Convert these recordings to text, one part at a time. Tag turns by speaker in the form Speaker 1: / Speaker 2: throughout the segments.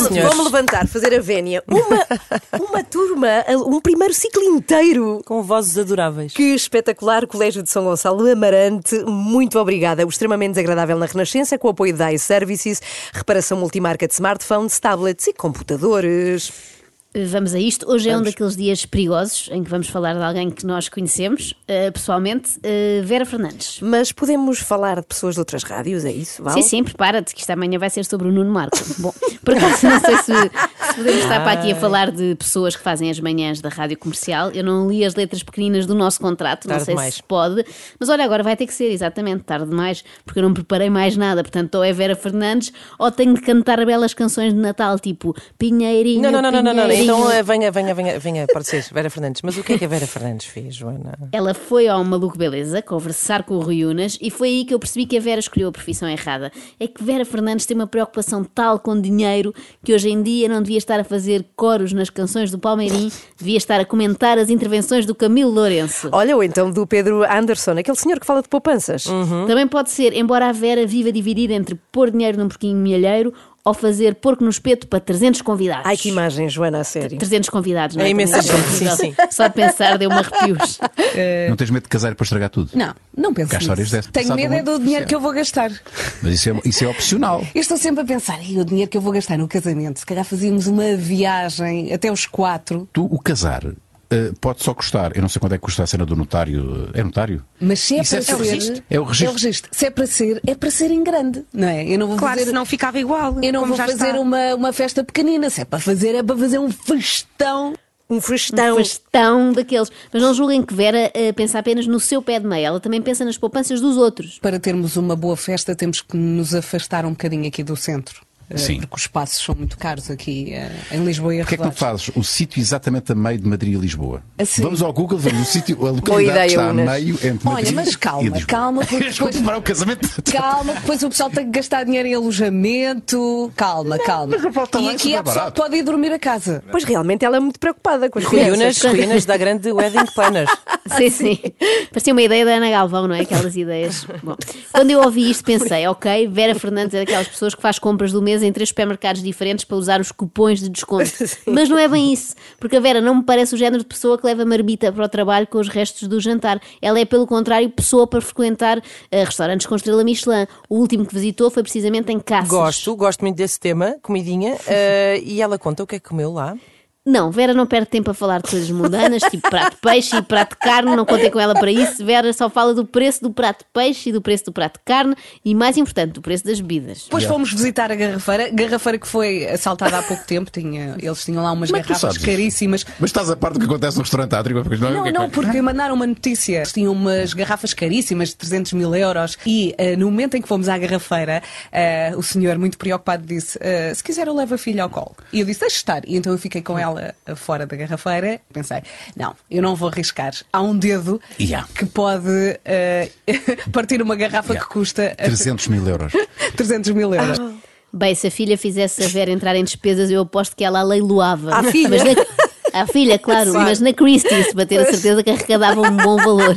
Speaker 1: senhores.
Speaker 2: Vou-me levantar, fazer a vénia. Uma, uma turma, um primeiro ciclo inteiro.
Speaker 1: Com vozes adoráveis.
Speaker 2: Que espetacular Colégio de São Gonçalo Amarante. Muito obrigada. O extremamente desagradável na Renascença, com o apoio da iServices, reparação multimarca de smartphones, tablets e computadores.
Speaker 3: Eh, Vamos a isto. Hoje é um daqueles dias perigosos em que vamos falar de alguém que nós conhecemos eh, pessoalmente, eh, Vera Fernandes.
Speaker 2: Mas podemos falar de pessoas de outras rádios, é isso? Val?
Speaker 3: Sim, sim, prepara-te, que isto amanhã vai ser sobre o Nuno Marco. Bom, por acaso não sei se, se podemos estar para aqui a falar de pessoas que fazem as manhãs da rádio comercial. Eu não li as letras pequeninas do nosso contrato, não
Speaker 1: Tarde
Speaker 3: sei
Speaker 1: demais.
Speaker 3: se pode, mas olha, agora vai ter que ser, exatamente, tarde demais, porque eu não preparei mais nada. Portanto, ou é Vera Fernandes ou tenho de cantar belas canções de Natal, tipo Pinheirinho.
Speaker 1: Não, não, não, não, não, não.
Speaker 3: Pinheirinho.
Speaker 1: Então eh, venha, venha, venha, venha, pode ser Vera Fernandes. Mas o que é que a Vera Fernandes fez, Joana?
Speaker 3: Ela foi ao Maluco Beleza conversar com o Rui Unas e foi aí que eu percebi que a Vera escolheu a profissão errada. É que Vera Fernandes tem uma preocupação tal com dinheiro que hoje em dia não devia estar a fazer coros nas canções do Palmeirim, devia estar a comentar as intervenções do Camilo Lourenço.
Speaker 2: Olha, ou então do Pedro Anderson, aquele senhor que fala de poupanças.
Speaker 1: Uhum.
Speaker 3: Também pode ser, embora a Vera viva dividida entre pôr dinheiro num porquinho milheiro ou fazer porco no espeto para 300 convidados.
Speaker 2: Ai, que imagem, Joana, a sério.
Speaker 3: 300 convidados, não é?
Speaker 1: É imensa
Speaker 3: Também
Speaker 1: gente, sim,
Speaker 3: horrível. Só de pensar deu-me arrepios.
Speaker 4: Não tens medo de casar e depois estragar tudo?
Speaker 5: É. Não, não penso
Speaker 4: Porque há histórias
Speaker 5: nisso.
Speaker 4: dessas.
Speaker 5: Tenho
Speaker 4: Passava
Speaker 5: medo é do
Speaker 4: muito.
Speaker 5: dinheiro
Speaker 4: Sim.
Speaker 5: que eu vou gastar.
Speaker 4: Mas isso é, isso é opcional.
Speaker 5: Eu estou sempre a pensar, e o dinheiro que eu vou gastar no casamento? Se calhar fazíamos uma viagem até os quatro,
Speaker 4: Tu, o casar, eh, pode só custar. Eu não sei quanto é que custa a cena do notário. É notário?
Speaker 5: mas se é
Speaker 4: Isso
Speaker 5: para
Speaker 4: é- é
Speaker 5: ser.
Speaker 4: o registro. É o registro.
Speaker 5: Se é para ser, é para ser em grande, não é? Eu não vou
Speaker 6: Claro,
Speaker 5: fazer.
Speaker 6: senão ficava igual.
Speaker 5: Eu não
Speaker 6: como
Speaker 5: vou
Speaker 6: já
Speaker 5: fazer um
Speaker 6: está.
Speaker 5: uma, uma festa pequenina. Se é para fazer, é para fazer um festão.
Speaker 2: Um frestão.
Speaker 3: festão daqueles. Mas não julguem que Vera eh, pensa apenas no seu pé de meia, ela também pensa nas poupanças dos outros.
Speaker 5: Para termos uma boa festa, temos que nos afastar um bocadinho aqui do centro. eh,
Speaker 4: Sim.
Speaker 5: Porque os espaços são muito caros aqui eh, em Lisboa e
Speaker 4: Porquê é que não
Speaker 5: arredores.
Speaker 4: fazes o sítio exatamente a meio de Madrid e Lisboa?
Speaker 5: Assim.
Speaker 4: Vamos ao Google, vemos o sítio, a localidade
Speaker 2: ideia,
Speaker 4: que está a
Speaker 2: Unas.
Speaker 4: meio entre
Speaker 5: Olha,
Speaker 4: Madrid
Speaker 5: mas
Speaker 4: e
Speaker 5: calma,
Speaker 4: Lisboa.
Speaker 5: calma, porque
Speaker 4: Estou a
Speaker 5: depois-
Speaker 4: preparar o casamento.
Speaker 5: Calma, que depois o pessoal tem que gastar dinheiro em alojamento. Calma, calma.
Speaker 4: mas a volta
Speaker 5: E
Speaker 4: lá é
Speaker 5: aqui
Speaker 4: super
Speaker 5: há pessoal que
Speaker 4: barato.
Speaker 5: pode ir dormir a casa.
Speaker 2: Pois realmente ela é muito preocupada com as
Speaker 1: Rui Unas,
Speaker 2: crianças.
Speaker 1: Rui Unas da grande Wedding Planners.
Speaker 3: Sim, sim. Parecia uma ideia da Ana Galvão, não é? Aquelas ideias. Bom, quando eu ouvi isto, pensei, ok, Vera Fernandes é daquelas pessoas que faz compras do mês em três supermercados diferentes para usar os cupões de desconto. Mas não é bem isso, porque a Vera não me parece o género de pessoa que leva marmita para o trabalho com os restos do jantar. Ela é, pelo contrário, pessoa para frequentar eh, restaurantes com estrela Michelin. O último que visitou foi precisamente em Caças.
Speaker 1: Gosto, gosto muito desse tema, comidinha. eh, e ela conta o que é que comeu lá.
Speaker 3: Não, Vera não perde tempo a falar de coisas mundanas, tipo prato de peixe e prato de carne, não contei com ela para isso. Vera só fala do preço do prato de peixe e do preço do prato de carne e, mais importante, do preço das bebidas.
Speaker 5: Depois fomos visitar a garrafeira, garrafeira que foi assaltada há pouco tempo. Tinha, eles tinham lá umas
Speaker 4: Como é que tu
Speaker 5: garrafas
Speaker 4: sabes?
Speaker 5: caríssimas.
Speaker 4: Mas estás a parte do que acontece no restaurante Átrio? Porque o que é
Speaker 5: Não,
Speaker 4: que
Speaker 5: não,
Speaker 4: vai-
Speaker 5: porque mandaram uma notícia. Eles Tinham umas garrafas caríssimas de 300 mil euros. E eh, no momento em que fomos à garrafeira, eh, o senhor, muito preocupado, disse: eh, Se quiser, eu levo a filha ao colo. E eu disse: Deixe estar. E então eu fiquei com ela eh, fora da garrafeira. Pensei: Não, eu não vou arriscar. Há um dedo
Speaker 4: E há.
Speaker 5: que pode eh, partir uma garrafa que custa eh,
Speaker 4: 300 mil euros.
Speaker 5: 300 mil euros.
Speaker 3: Bem, se a filha fizesse a Vera entrar em despesas, eu aposto que ela a leiloava.
Speaker 2: À filha?
Speaker 3: Mas na... À filha, claro,
Speaker 2: Sim.
Speaker 3: mas na Christie's, para ter a certeza que arrecadava um bom valor.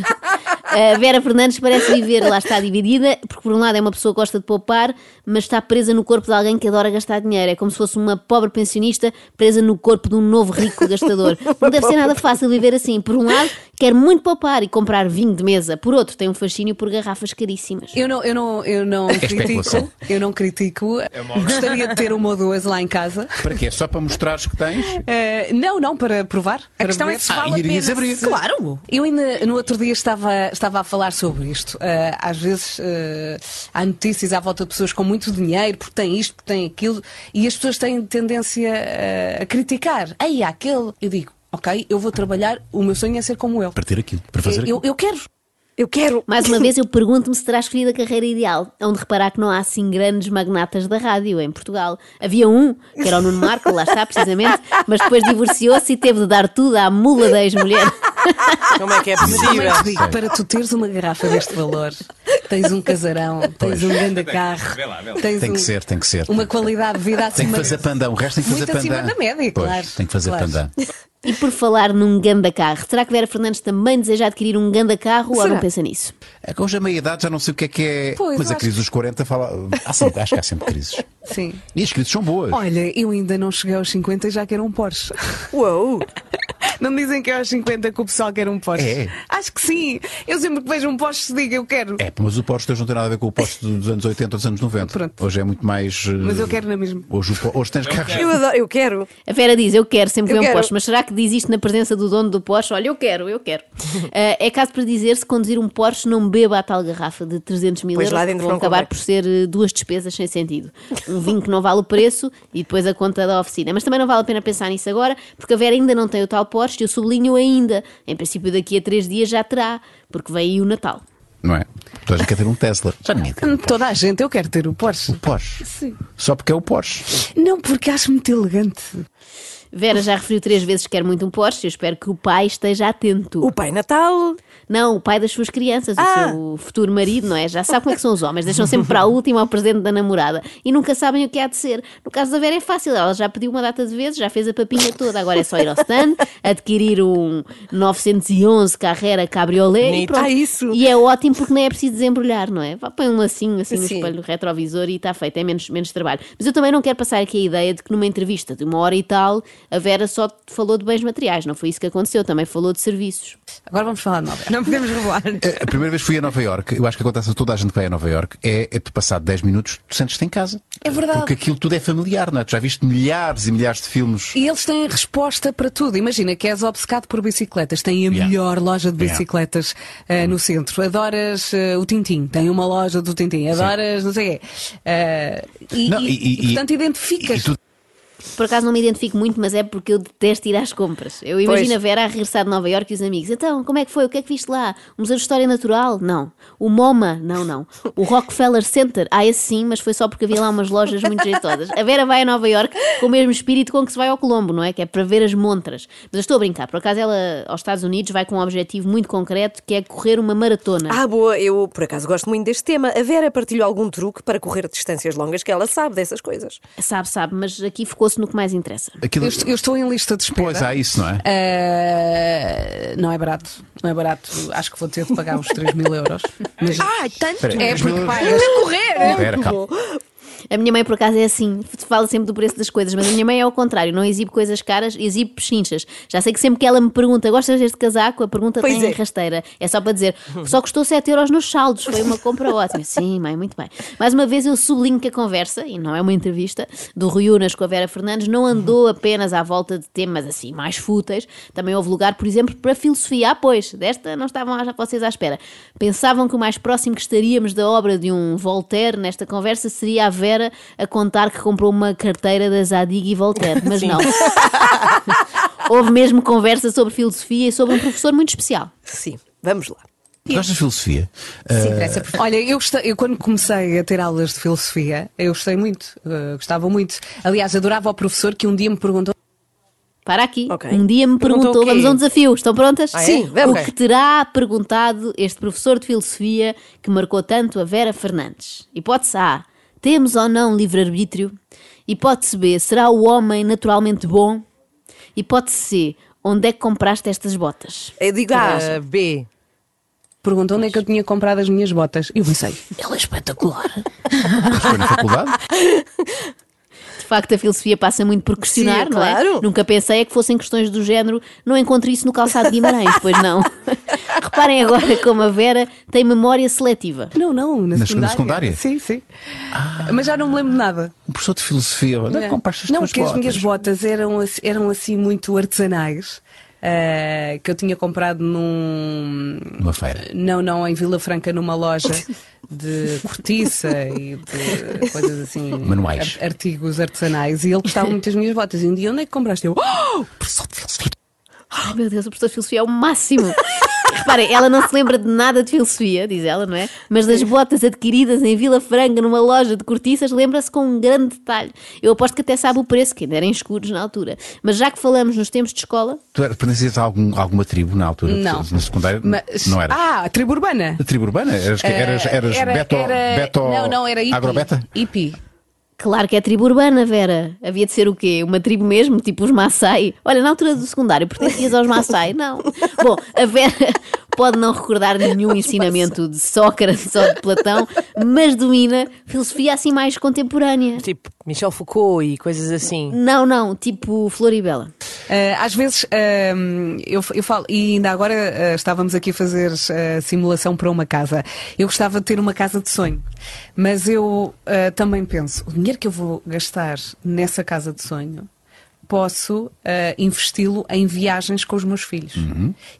Speaker 3: A Vera Fernandes parece viver, lá está dividida, porque por um lado é uma pessoa que gosta de poupar, mas está presa no corpo de alguém que adora gastar dinheiro. É como se fosse uma pobre pensionista presa no corpo de um novo rico gastador. Não deve ser nada fácil viver assim. Por um lado, quer muito poupar e comprar vinho de mesa. Por outro, tem um fascínio por garrafas caríssimas.
Speaker 5: Eu não, eu não, eu não
Speaker 4: É
Speaker 5: critico.
Speaker 4: especulação.
Speaker 5: Eu não critico. Gostaria de ter uma ou duas lá em casa.
Speaker 4: Para quê? Só para mostrares que tens? Ah,
Speaker 5: Eh, não, não, para provar.
Speaker 6: A
Speaker 5: para
Speaker 6: questão é
Speaker 5: beber.
Speaker 6: se vale a
Speaker 4: irias
Speaker 6: pena.
Speaker 4: abrir.
Speaker 6: se-
Speaker 5: Claro! Eu ainda no outro dia estava, estava a falar sobre isto. Eh, às vezes eh, há notícias à volta de pessoas com muito dinheiro, porque têm isto, porque têm aquilo, e as pessoas têm tendência eh, a criticar. Ei, há aquele. Eu digo, ok, eu vou trabalhar, o meu sonho é ser como ele.
Speaker 4: Para ter aquilo. Para fazer
Speaker 5: eu,
Speaker 4: aquilo.
Speaker 5: eu quero.
Speaker 2: Eu quero.
Speaker 3: Mais uma vez, eu pergunto-me se terá escolhido a carreira ideal, onde reparar que não há assim grandes magnatas da rádio em Portugal. Havia um, que era o Nuno Marco, lá está, precisamente, mas depois divorciou-se e teve de dar tudo à mula da ex-mulher.
Speaker 1: Como é que é
Speaker 5: Como
Speaker 1: possível?
Speaker 5: é que te digo? Para tu teres uma garrafa deste valor, tens um casarão, tens um grande carro, tens
Speaker 4: Tem que
Speaker 5: um-
Speaker 4: ser, tem que ser.
Speaker 5: uma qualidade de vida
Speaker 4: Tem
Speaker 5: acima
Speaker 4: que fazer pandão, o resto tem que fazer
Speaker 5: Muito acima
Speaker 4: pandão.
Speaker 5: da média,
Speaker 4: Pois,
Speaker 5: claro,
Speaker 4: Tem que fazer
Speaker 5: claro.
Speaker 4: pandão.
Speaker 3: E por falar num ganda carro, será que Vera Fernandes também deseja adquirir um ganda carro ou
Speaker 2: Será?
Speaker 3: não pensa nisso?
Speaker 4: É que hoje a meia-idade já não sei o que é que é.
Speaker 5: Pois,
Speaker 4: mas a
Speaker 5: acho
Speaker 4: crise dos 40 fala. Há sempre, acho que há sempre crises.
Speaker 5: Sim.
Speaker 4: E as crises são boas.
Speaker 5: Olha, eu ainda não cheguei aos 50 e já quero um Porsche.
Speaker 2: Uou!
Speaker 5: Não me dizem que é aos 50 que o pessoal quer um Porsche.
Speaker 4: É.
Speaker 5: Acho que sim. Eu sempre que vejo um Porsche se diga eu quero.
Speaker 4: É, mas o Porsche de hoje não tem nada a ver com o Porsche dos anos 80 ou dos anos 90.
Speaker 5: Pronto.
Speaker 4: Hoje é muito mais. eh,
Speaker 5: Mas eu quero na mesma.
Speaker 4: Hoje, o Po- hoje tens carros.
Speaker 2: Eu, adoro- eu quero.
Speaker 3: A Vera diz, eu quero sempre
Speaker 2: Eu
Speaker 3: ver um
Speaker 2: quero.
Speaker 3: Porsche, mas será que diz isto na presença do dono do Porsche? Olha, eu quero, eu quero. Ah, é caso para dizer, se conduzir um Porsche, não beba a tal garrafa de 300 mil
Speaker 2: Pois
Speaker 3: euros,
Speaker 2: lá
Speaker 3: porque
Speaker 2: dentro
Speaker 3: vão
Speaker 2: não
Speaker 3: acabar
Speaker 2: convém.
Speaker 3: por ser eh, duas despesas sem sentido. Um vinho que não vale o preço e depois a conta da oficina. Mas também não vale a pena pensar nisso agora, porque a Vera ainda não tem o tal Porsche e eu sublinho ainda. Em princípio, daqui a três dias já terá, porque vem aí o Natal.
Speaker 4: Não é? Tu já quer ter um Tesla. Já ninguém quer.
Speaker 5: Hum, Toda a gente, eu quero ter o Porsche.
Speaker 4: Porsche.
Speaker 5: Sim.
Speaker 4: Só porque é o Porsche.
Speaker 5: Não, porque acho muito elegante.
Speaker 3: Vera já referiu três vezes que quer muito um Porsche e eu espero que o pai esteja atento.
Speaker 2: O Pai Natal.
Speaker 3: Não, o pai das suas crianças,
Speaker 2: Ah!
Speaker 3: o seu futuro marido, não é? Já sabe como é que são os homens, deixam sempre para a última ao presente da namorada e nunca sabem o que há de ser. No caso da Vera é fácil, ela já pediu uma data de vezes, já fez a papinha toda, agora é só ir ao stand, adquirir um 911 Carrera Cabriolet e
Speaker 1: Bonito.
Speaker 3: pronto.
Speaker 2: Ah, isso!
Speaker 3: E é ótimo porque nem é preciso desembrulhar, não é? Vá, Põe um lacinho assim no
Speaker 2: Sim.
Speaker 3: espelho retrovisor e está feito, é menos, menos trabalho. Mas eu também não quero passar aqui a ideia de que numa entrevista de uma hora e tal, a Vera só falou de bens materiais, não foi isso que aconteceu, também falou de serviços.
Speaker 5: Agora vamos falar de nova. Não podemos revelar.
Speaker 4: Eh, A primeira vez que fui a Nova York, eu acho que acontece a toda a gente que vai a Nova York, é, é tu passar 10 minutos, tu sentes-te em casa.
Speaker 5: É verdade.
Speaker 4: Porque aquilo tudo é familiar, não é? Tu já viste milhares e milhares de filmes.
Speaker 5: E eles têm resposta para tudo. Imagina que és obcecado por bicicletas. Têm a
Speaker 4: Yeah.
Speaker 5: melhor loja de
Speaker 4: Yeah.
Speaker 5: bicicletas eh, no centro. Adoras eh, o Tintim. Tem uma loja do Tintim. Adoras não sei o quê. Eh, e,
Speaker 4: Não,
Speaker 5: e- e, portanto, identificas.
Speaker 4: e tu
Speaker 3: Por acaso não me identifico muito, mas é porque eu detesto ir às compras. Eu imagino
Speaker 2: Pois.
Speaker 3: a Vera a regressar de Nova Iorque e os amigos. Então, como é que foi? O que é que viste lá? O Museu de História Natural? Não. O MoMA? Não, não. O Rockefeller Center? Ah, esse sim, mas foi só porque havia lá umas lojas muito jeitosas. A Vera vai a Nova Iorque com o mesmo espírito com que se vai ao Colombo, não é? Que é para ver as montras. Mas eu estou a brincar. Por acaso ela, aos Estados Unidos, vai com um objetivo muito concreto, que é correr uma maratona.
Speaker 2: Ah, boa, eu por acaso gosto muito deste tema. A Vera partilhou algum truque para correr distâncias longas que ela sabe dessas coisas.
Speaker 3: Sabe, sabe, mas aqui focou-se no que mais interessa.
Speaker 4: aquilo...
Speaker 5: Eu, est- eu estou em lista de espera.
Speaker 4: Pois há isso, não é?
Speaker 5: Eh, não é barato, não é barato. Acho que vou ter de pagar uns 3 mil euros. Mas
Speaker 2: Ai, tanto!
Speaker 4: Espera,
Speaker 5: é
Speaker 4: 3 mil
Speaker 5: porque
Speaker 4: euros.
Speaker 5: vai correr.
Speaker 4: Espera, calma.
Speaker 3: A minha mãe, por acaso, é assim, fala sempre do preço das coisas, mas a minha mãe é ao contrário, não exibe coisas caras, exibe pechinchas. Já sei que sempre que ela me pergunta, gostas deste casaco? A pergunta
Speaker 2: Pois
Speaker 3: tem
Speaker 2: é.
Speaker 3: rasteira. É só para dizer, só custou 7 euros nos saldos, foi uma compra ótima. Sim, mãe, muito bem. Mais uma vez eu sublinho que a conversa, e não é uma entrevista, do Rui Unas com a Vera Fernandes não andou apenas à volta de temas assim mais fúteis, também houve lugar, por exemplo, para filosofia. Ah, pois, desta não estavam a- vocês à espera. Pensavam que o mais próximo que estaríamos da obra de um Voltaire nesta conversa seria a Vera a contar que comprou uma carteira da Zadig e Voltaire, mas não. Houve mesmo conversa sobre filosofia e sobre um professor muito especial.
Speaker 2: Sim, vamos lá.
Speaker 4: Gostas de filosofia?
Speaker 5: Ah, Olha, eu, gostei, eu quando comecei a ter aulas de filosofia, eu gostei muito, eh, gostava muito. Aliás, adorava o professor que um dia me perguntou.
Speaker 3: Para aqui.
Speaker 2: Ok.
Speaker 3: Um dia me
Speaker 5: Perguntou
Speaker 3: perguntou,
Speaker 5: o quê?
Speaker 3: vamos a um desafio, estão prontas?
Speaker 2: Ah, é? Sim, vamos.
Speaker 3: O que terá perguntado este professor de filosofia que marcou tanto a Vera Fernandes? Hipótese A, temos ou não livre-arbítrio? Hipótese B, será o homem naturalmente bom? Hipótese C, onde é que compraste estas botas?
Speaker 2: Eu digo ah,
Speaker 1: Ah, B.
Speaker 5: Perguntou onde é que eu tinha comprado as minhas botas. Eu pensei, ela é espetacular.
Speaker 4: Mas foi na faculdade?
Speaker 3: De facto, a filosofia passa muito por questionar,
Speaker 2: Sim,
Speaker 3: não é?
Speaker 2: claro.
Speaker 3: Nunca pensei é que fossem questões do género não encontro isso no calçado de Guimarães, pois não. Reparem agora como a Vera tem memória seletiva.
Speaker 5: Não, não, na,
Speaker 4: Na
Speaker 5: secundária.
Speaker 4: secundária? Ah.
Speaker 5: Sim, sim. Mas já não me lembro de nada.
Speaker 4: Um professor de filosofia. Onde é que compraste as
Speaker 5: não,
Speaker 4: tuas
Speaker 5: porque as minhas
Speaker 4: botas?
Speaker 5: botas eram, assim- eram assim muito artesanais, eh, que eu tinha comprado num.
Speaker 4: Numa feira.
Speaker 5: Não, não, em Vila Franca, numa loja de cortiça e de coisas assim.
Speaker 4: Manuais.
Speaker 5: ar- Artigos artesanais. E ele gostava muito das minhas botas. E um dia, onde é que compraste? Eu, oh, professor de filosofia.
Speaker 3: Ai meu Deus, o professor de filosofia é o máximo. Reparem, ela não se lembra de nada de filosofia, diz ela, não é? Mas das botas adquiridas em Vila Franca, numa loja de cortiças, lembra-se com um grande detalhe. Eu aposto que até sabe o preço, que ainda eram escuros na altura. Mas já que falamos nos tempos de escola,
Speaker 4: Tu eras- pertencias a algum, alguma tribo na altura?
Speaker 5: Não.
Speaker 4: Na secundária?
Speaker 5: Mas-
Speaker 4: Não era.
Speaker 5: Ah, tribo urbana. Eh,
Speaker 4: A tribo urbana? Eras, que- eras, eras
Speaker 5: Era-
Speaker 4: beto,
Speaker 5: era-
Speaker 4: beto.
Speaker 5: Não, não, era hippie.
Speaker 4: Agrobeta?
Speaker 5: Hippie.
Speaker 3: Claro que é tribo urbana, Vera. Havia de ser o quê? Uma tribo mesmo, tipo os Maasai? Olha, na altura do secundário, pertencias aos Maasai? Não. Bom, a Vera pode não recordar nenhum ensinamento de Sócrates ou de Platão, mas domina filosofia assim mais contemporânea.
Speaker 1: Tipo, Michel Foucault e coisas assim.
Speaker 3: Não, não, tipo Floribela.
Speaker 5: Eh, às vezes ehm, eu, eu falo, e ainda agora eh, estávamos aqui a fazer eh, simulação para uma casa. Eu gostava de ter uma casa de sonho, mas eu eh, também penso: o dinheiro que eu vou gastar nessa casa de sonho. Posso eh, investi-lo em viagens com os meus filhos.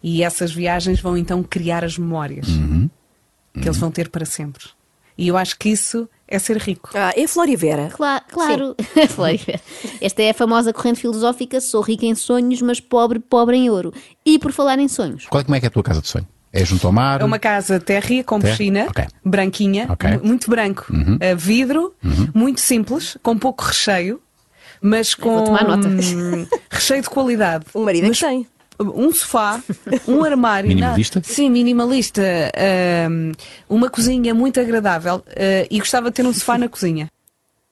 Speaker 5: E essas viagens vão então criar as memórias que eles vão ter para sempre. E eu acho que isso é ser rico.
Speaker 2: Ah, é Florivera.
Speaker 3: Cla- claro, Floribela. Esta é a famosa corrente filosófica: sou rica em sonhos, mas pobre, pobre em ouro. E por falar em sonhos,
Speaker 4: Qual é, como é que é a tua casa de sonho? É junto ao mar?
Speaker 5: É uma casa térrea com
Speaker 4: Térrea?
Speaker 5: piscina,
Speaker 4: Ok.
Speaker 5: branquinha,
Speaker 4: Ok. Uhum.
Speaker 5: mu- muito branco, eh, vidro, muito simples, com pouco recheio, mas com
Speaker 3: vou tomar nota.
Speaker 5: hum, recheio de qualidade.
Speaker 2: Um marido é que tem.
Speaker 5: Um sofá, um armário.
Speaker 4: Minimalista?
Speaker 5: nada- Sim, minimalista. hum, uma cozinha muito agradável. eh, e gostava de ter um sofá na cozinha.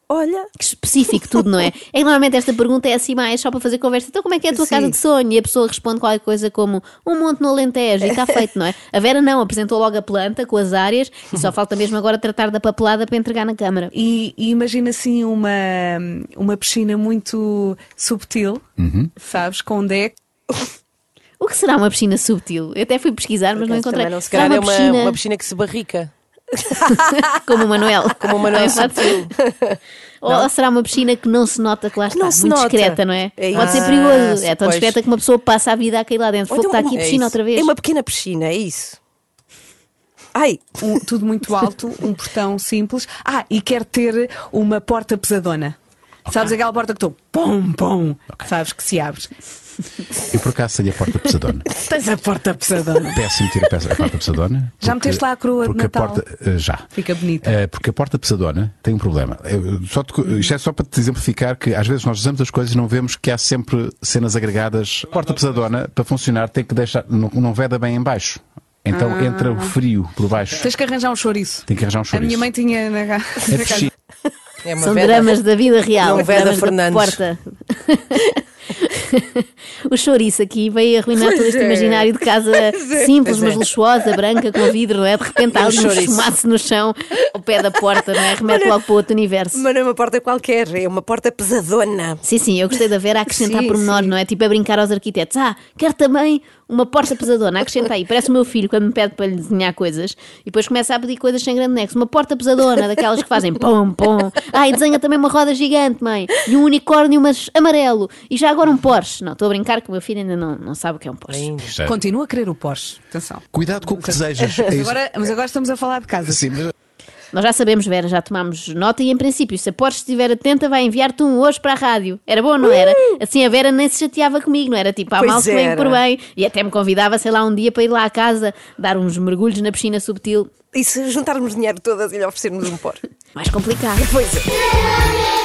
Speaker 2: Olha,
Speaker 3: que específico tudo, não é? É que normalmente esta pergunta é assim mais só para fazer conversa. Então, como é que é a tua
Speaker 5: Sim.
Speaker 3: casa de sonho? E a pessoa responde qualquer coisa como um monte no Alentejo e está feito, não é? A Vera não, apresentou logo a planta com as áreas e só falta mesmo agora tratar da papelada para entregar na Câmara.
Speaker 5: E, e imagina assim uma, uma piscina muito subtil,
Speaker 4: Uhum.
Speaker 5: sabes? Com um deck.
Speaker 3: O que será uma piscina subtil? Eu até fui pesquisar, mas não
Speaker 2: acaso
Speaker 3: encontrei.
Speaker 2: também não, se
Speaker 1: Calhar
Speaker 3: Será
Speaker 1: é uma piscina... uma piscina que se barrica.
Speaker 3: como o Manuel.
Speaker 1: Como o Manuel Sutil.
Speaker 3: Ou, ou será uma piscina que não se nota que lá está?
Speaker 2: não se
Speaker 3: muito
Speaker 2: nota.
Speaker 3: discreta, não é?
Speaker 2: É
Speaker 3: Pode ser
Speaker 1: isso.
Speaker 3: perigoso. é tão
Speaker 1: Pois.
Speaker 3: discreta que uma pessoa passa a vida a cair lá dentro.
Speaker 2: Ou
Speaker 3: Fogo,
Speaker 2: então
Speaker 3: está aqui
Speaker 2: um-
Speaker 3: a piscina
Speaker 1: é
Speaker 3: outra vez.
Speaker 2: é uma pequena piscina, é isso. Ai,
Speaker 5: um- tudo muito alto, um portão simples. Ah, e quer ter uma porta pesadona. Sabes aquela porta que tu pom, pom, sabes que se abre.
Speaker 4: Eu por acaso seria a porta pesadona.
Speaker 5: Tens a porta pesadona.
Speaker 4: Péssimo ter a peça- a porta pesadona.
Speaker 5: Já
Speaker 4: porque-
Speaker 5: meteste lá a coroa de
Speaker 4: porque
Speaker 5: Natal?
Speaker 4: porta- eh, já.
Speaker 5: Fica bonita.
Speaker 4: Eh, porque a porta pesadona tem um problema. Eu- só te- isto é só para te exemplificar que às vezes nós usamos as coisas e não vemos que há sempre cenas agregadas. A porta pesadona, para funcionar, tem que deixar. Não, não veda bem em baixo. Então
Speaker 5: Ah.
Speaker 4: entra o frio por baixo.
Speaker 5: Tens que arranjar um chouriço.
Speaker 4: Tem que arranjar um
Speaker 5: A
Speaker 4: chouriço.
Speaker 5: minha mãe tinha na ga-
Speaker 4: A
Speaker 5: na casa.
Speaker 4: piscina-
Speaker 1: É uma
Speaker 3: São
Speaker 1: veda.
Speaker 3: dramas da vida real.
Speaker 1: Não, Vera
Speaker 3: dramas
Speaker 1: Fernandes.
Speaker 3: Da porta. o chouriço aqui veio arruinar todo este imaginário de casa simples, mas luxuosa, branca, com vidro, não é? De repente há ali um
Speaker 1: chouriço.
Speaker 3: chumaço no chão, ao pé da porta, não é? Remete logo para outro universo.
Speaker 2: mas não é uma porta qualquer, é uma porta pesadona.
Speaker 3: Sim, sim, eu gostei da Vera a acrescentar
Speaker 5: Sim,
Speaker 3: pormenores,
Speaker 5: sim.
Speaker 3: não é? Tipo a brincar aos arquitetos. Ah, quero também uma porta pesadona. Acrescenta aí. Parece o meu filho quando me pede para lhe desenhar coisas e depois começa a pedir coisas sem grande nexo. Uma porta pesadona, daquelas que fazem pom, pom. Ah, e desenha também uma roda gigante, mãe. E um unicórnio, mas amarelo. E já agora um Porsche. Não, estou a brincar que o meu filho ainda não, não sabe o que é um Porsche.
Speaker 1: Ainda.
Speaker 4: Isto é-
Speaker 5: Continua a querer o Porsche. Atenção.
Speaker 4: Cuidado com o que desejas. É
Speaker 5: Mas
Speaker 4: isso.
Speaker 5: agora, mas agora estamos a falar de casa.
Speaker 4: Sim, mas-
Speaker 3: Nós já sabemos, Vera, já tomámos nota e, em princípio, se a Porsche estiver atenta, vai enviar-te um hoje para a rádio. Era bom, não era? Assim a Vera nem se chateava comigo, não era? Tipo, há
Speaker 2: Uhum. Pois
Speaker 3: mal que bem
Speaker 2: era.
Speaker 3: por bem. E até me convidava, sei lá, um dia para ir lá à casa dar uns mergulhos na piscina subtil.
Speaker 2: E se juntarmos dinheiro todas e lhe oferecermos um por?
Speaker 3: Mais complicado.
Speaker 2: Pois é.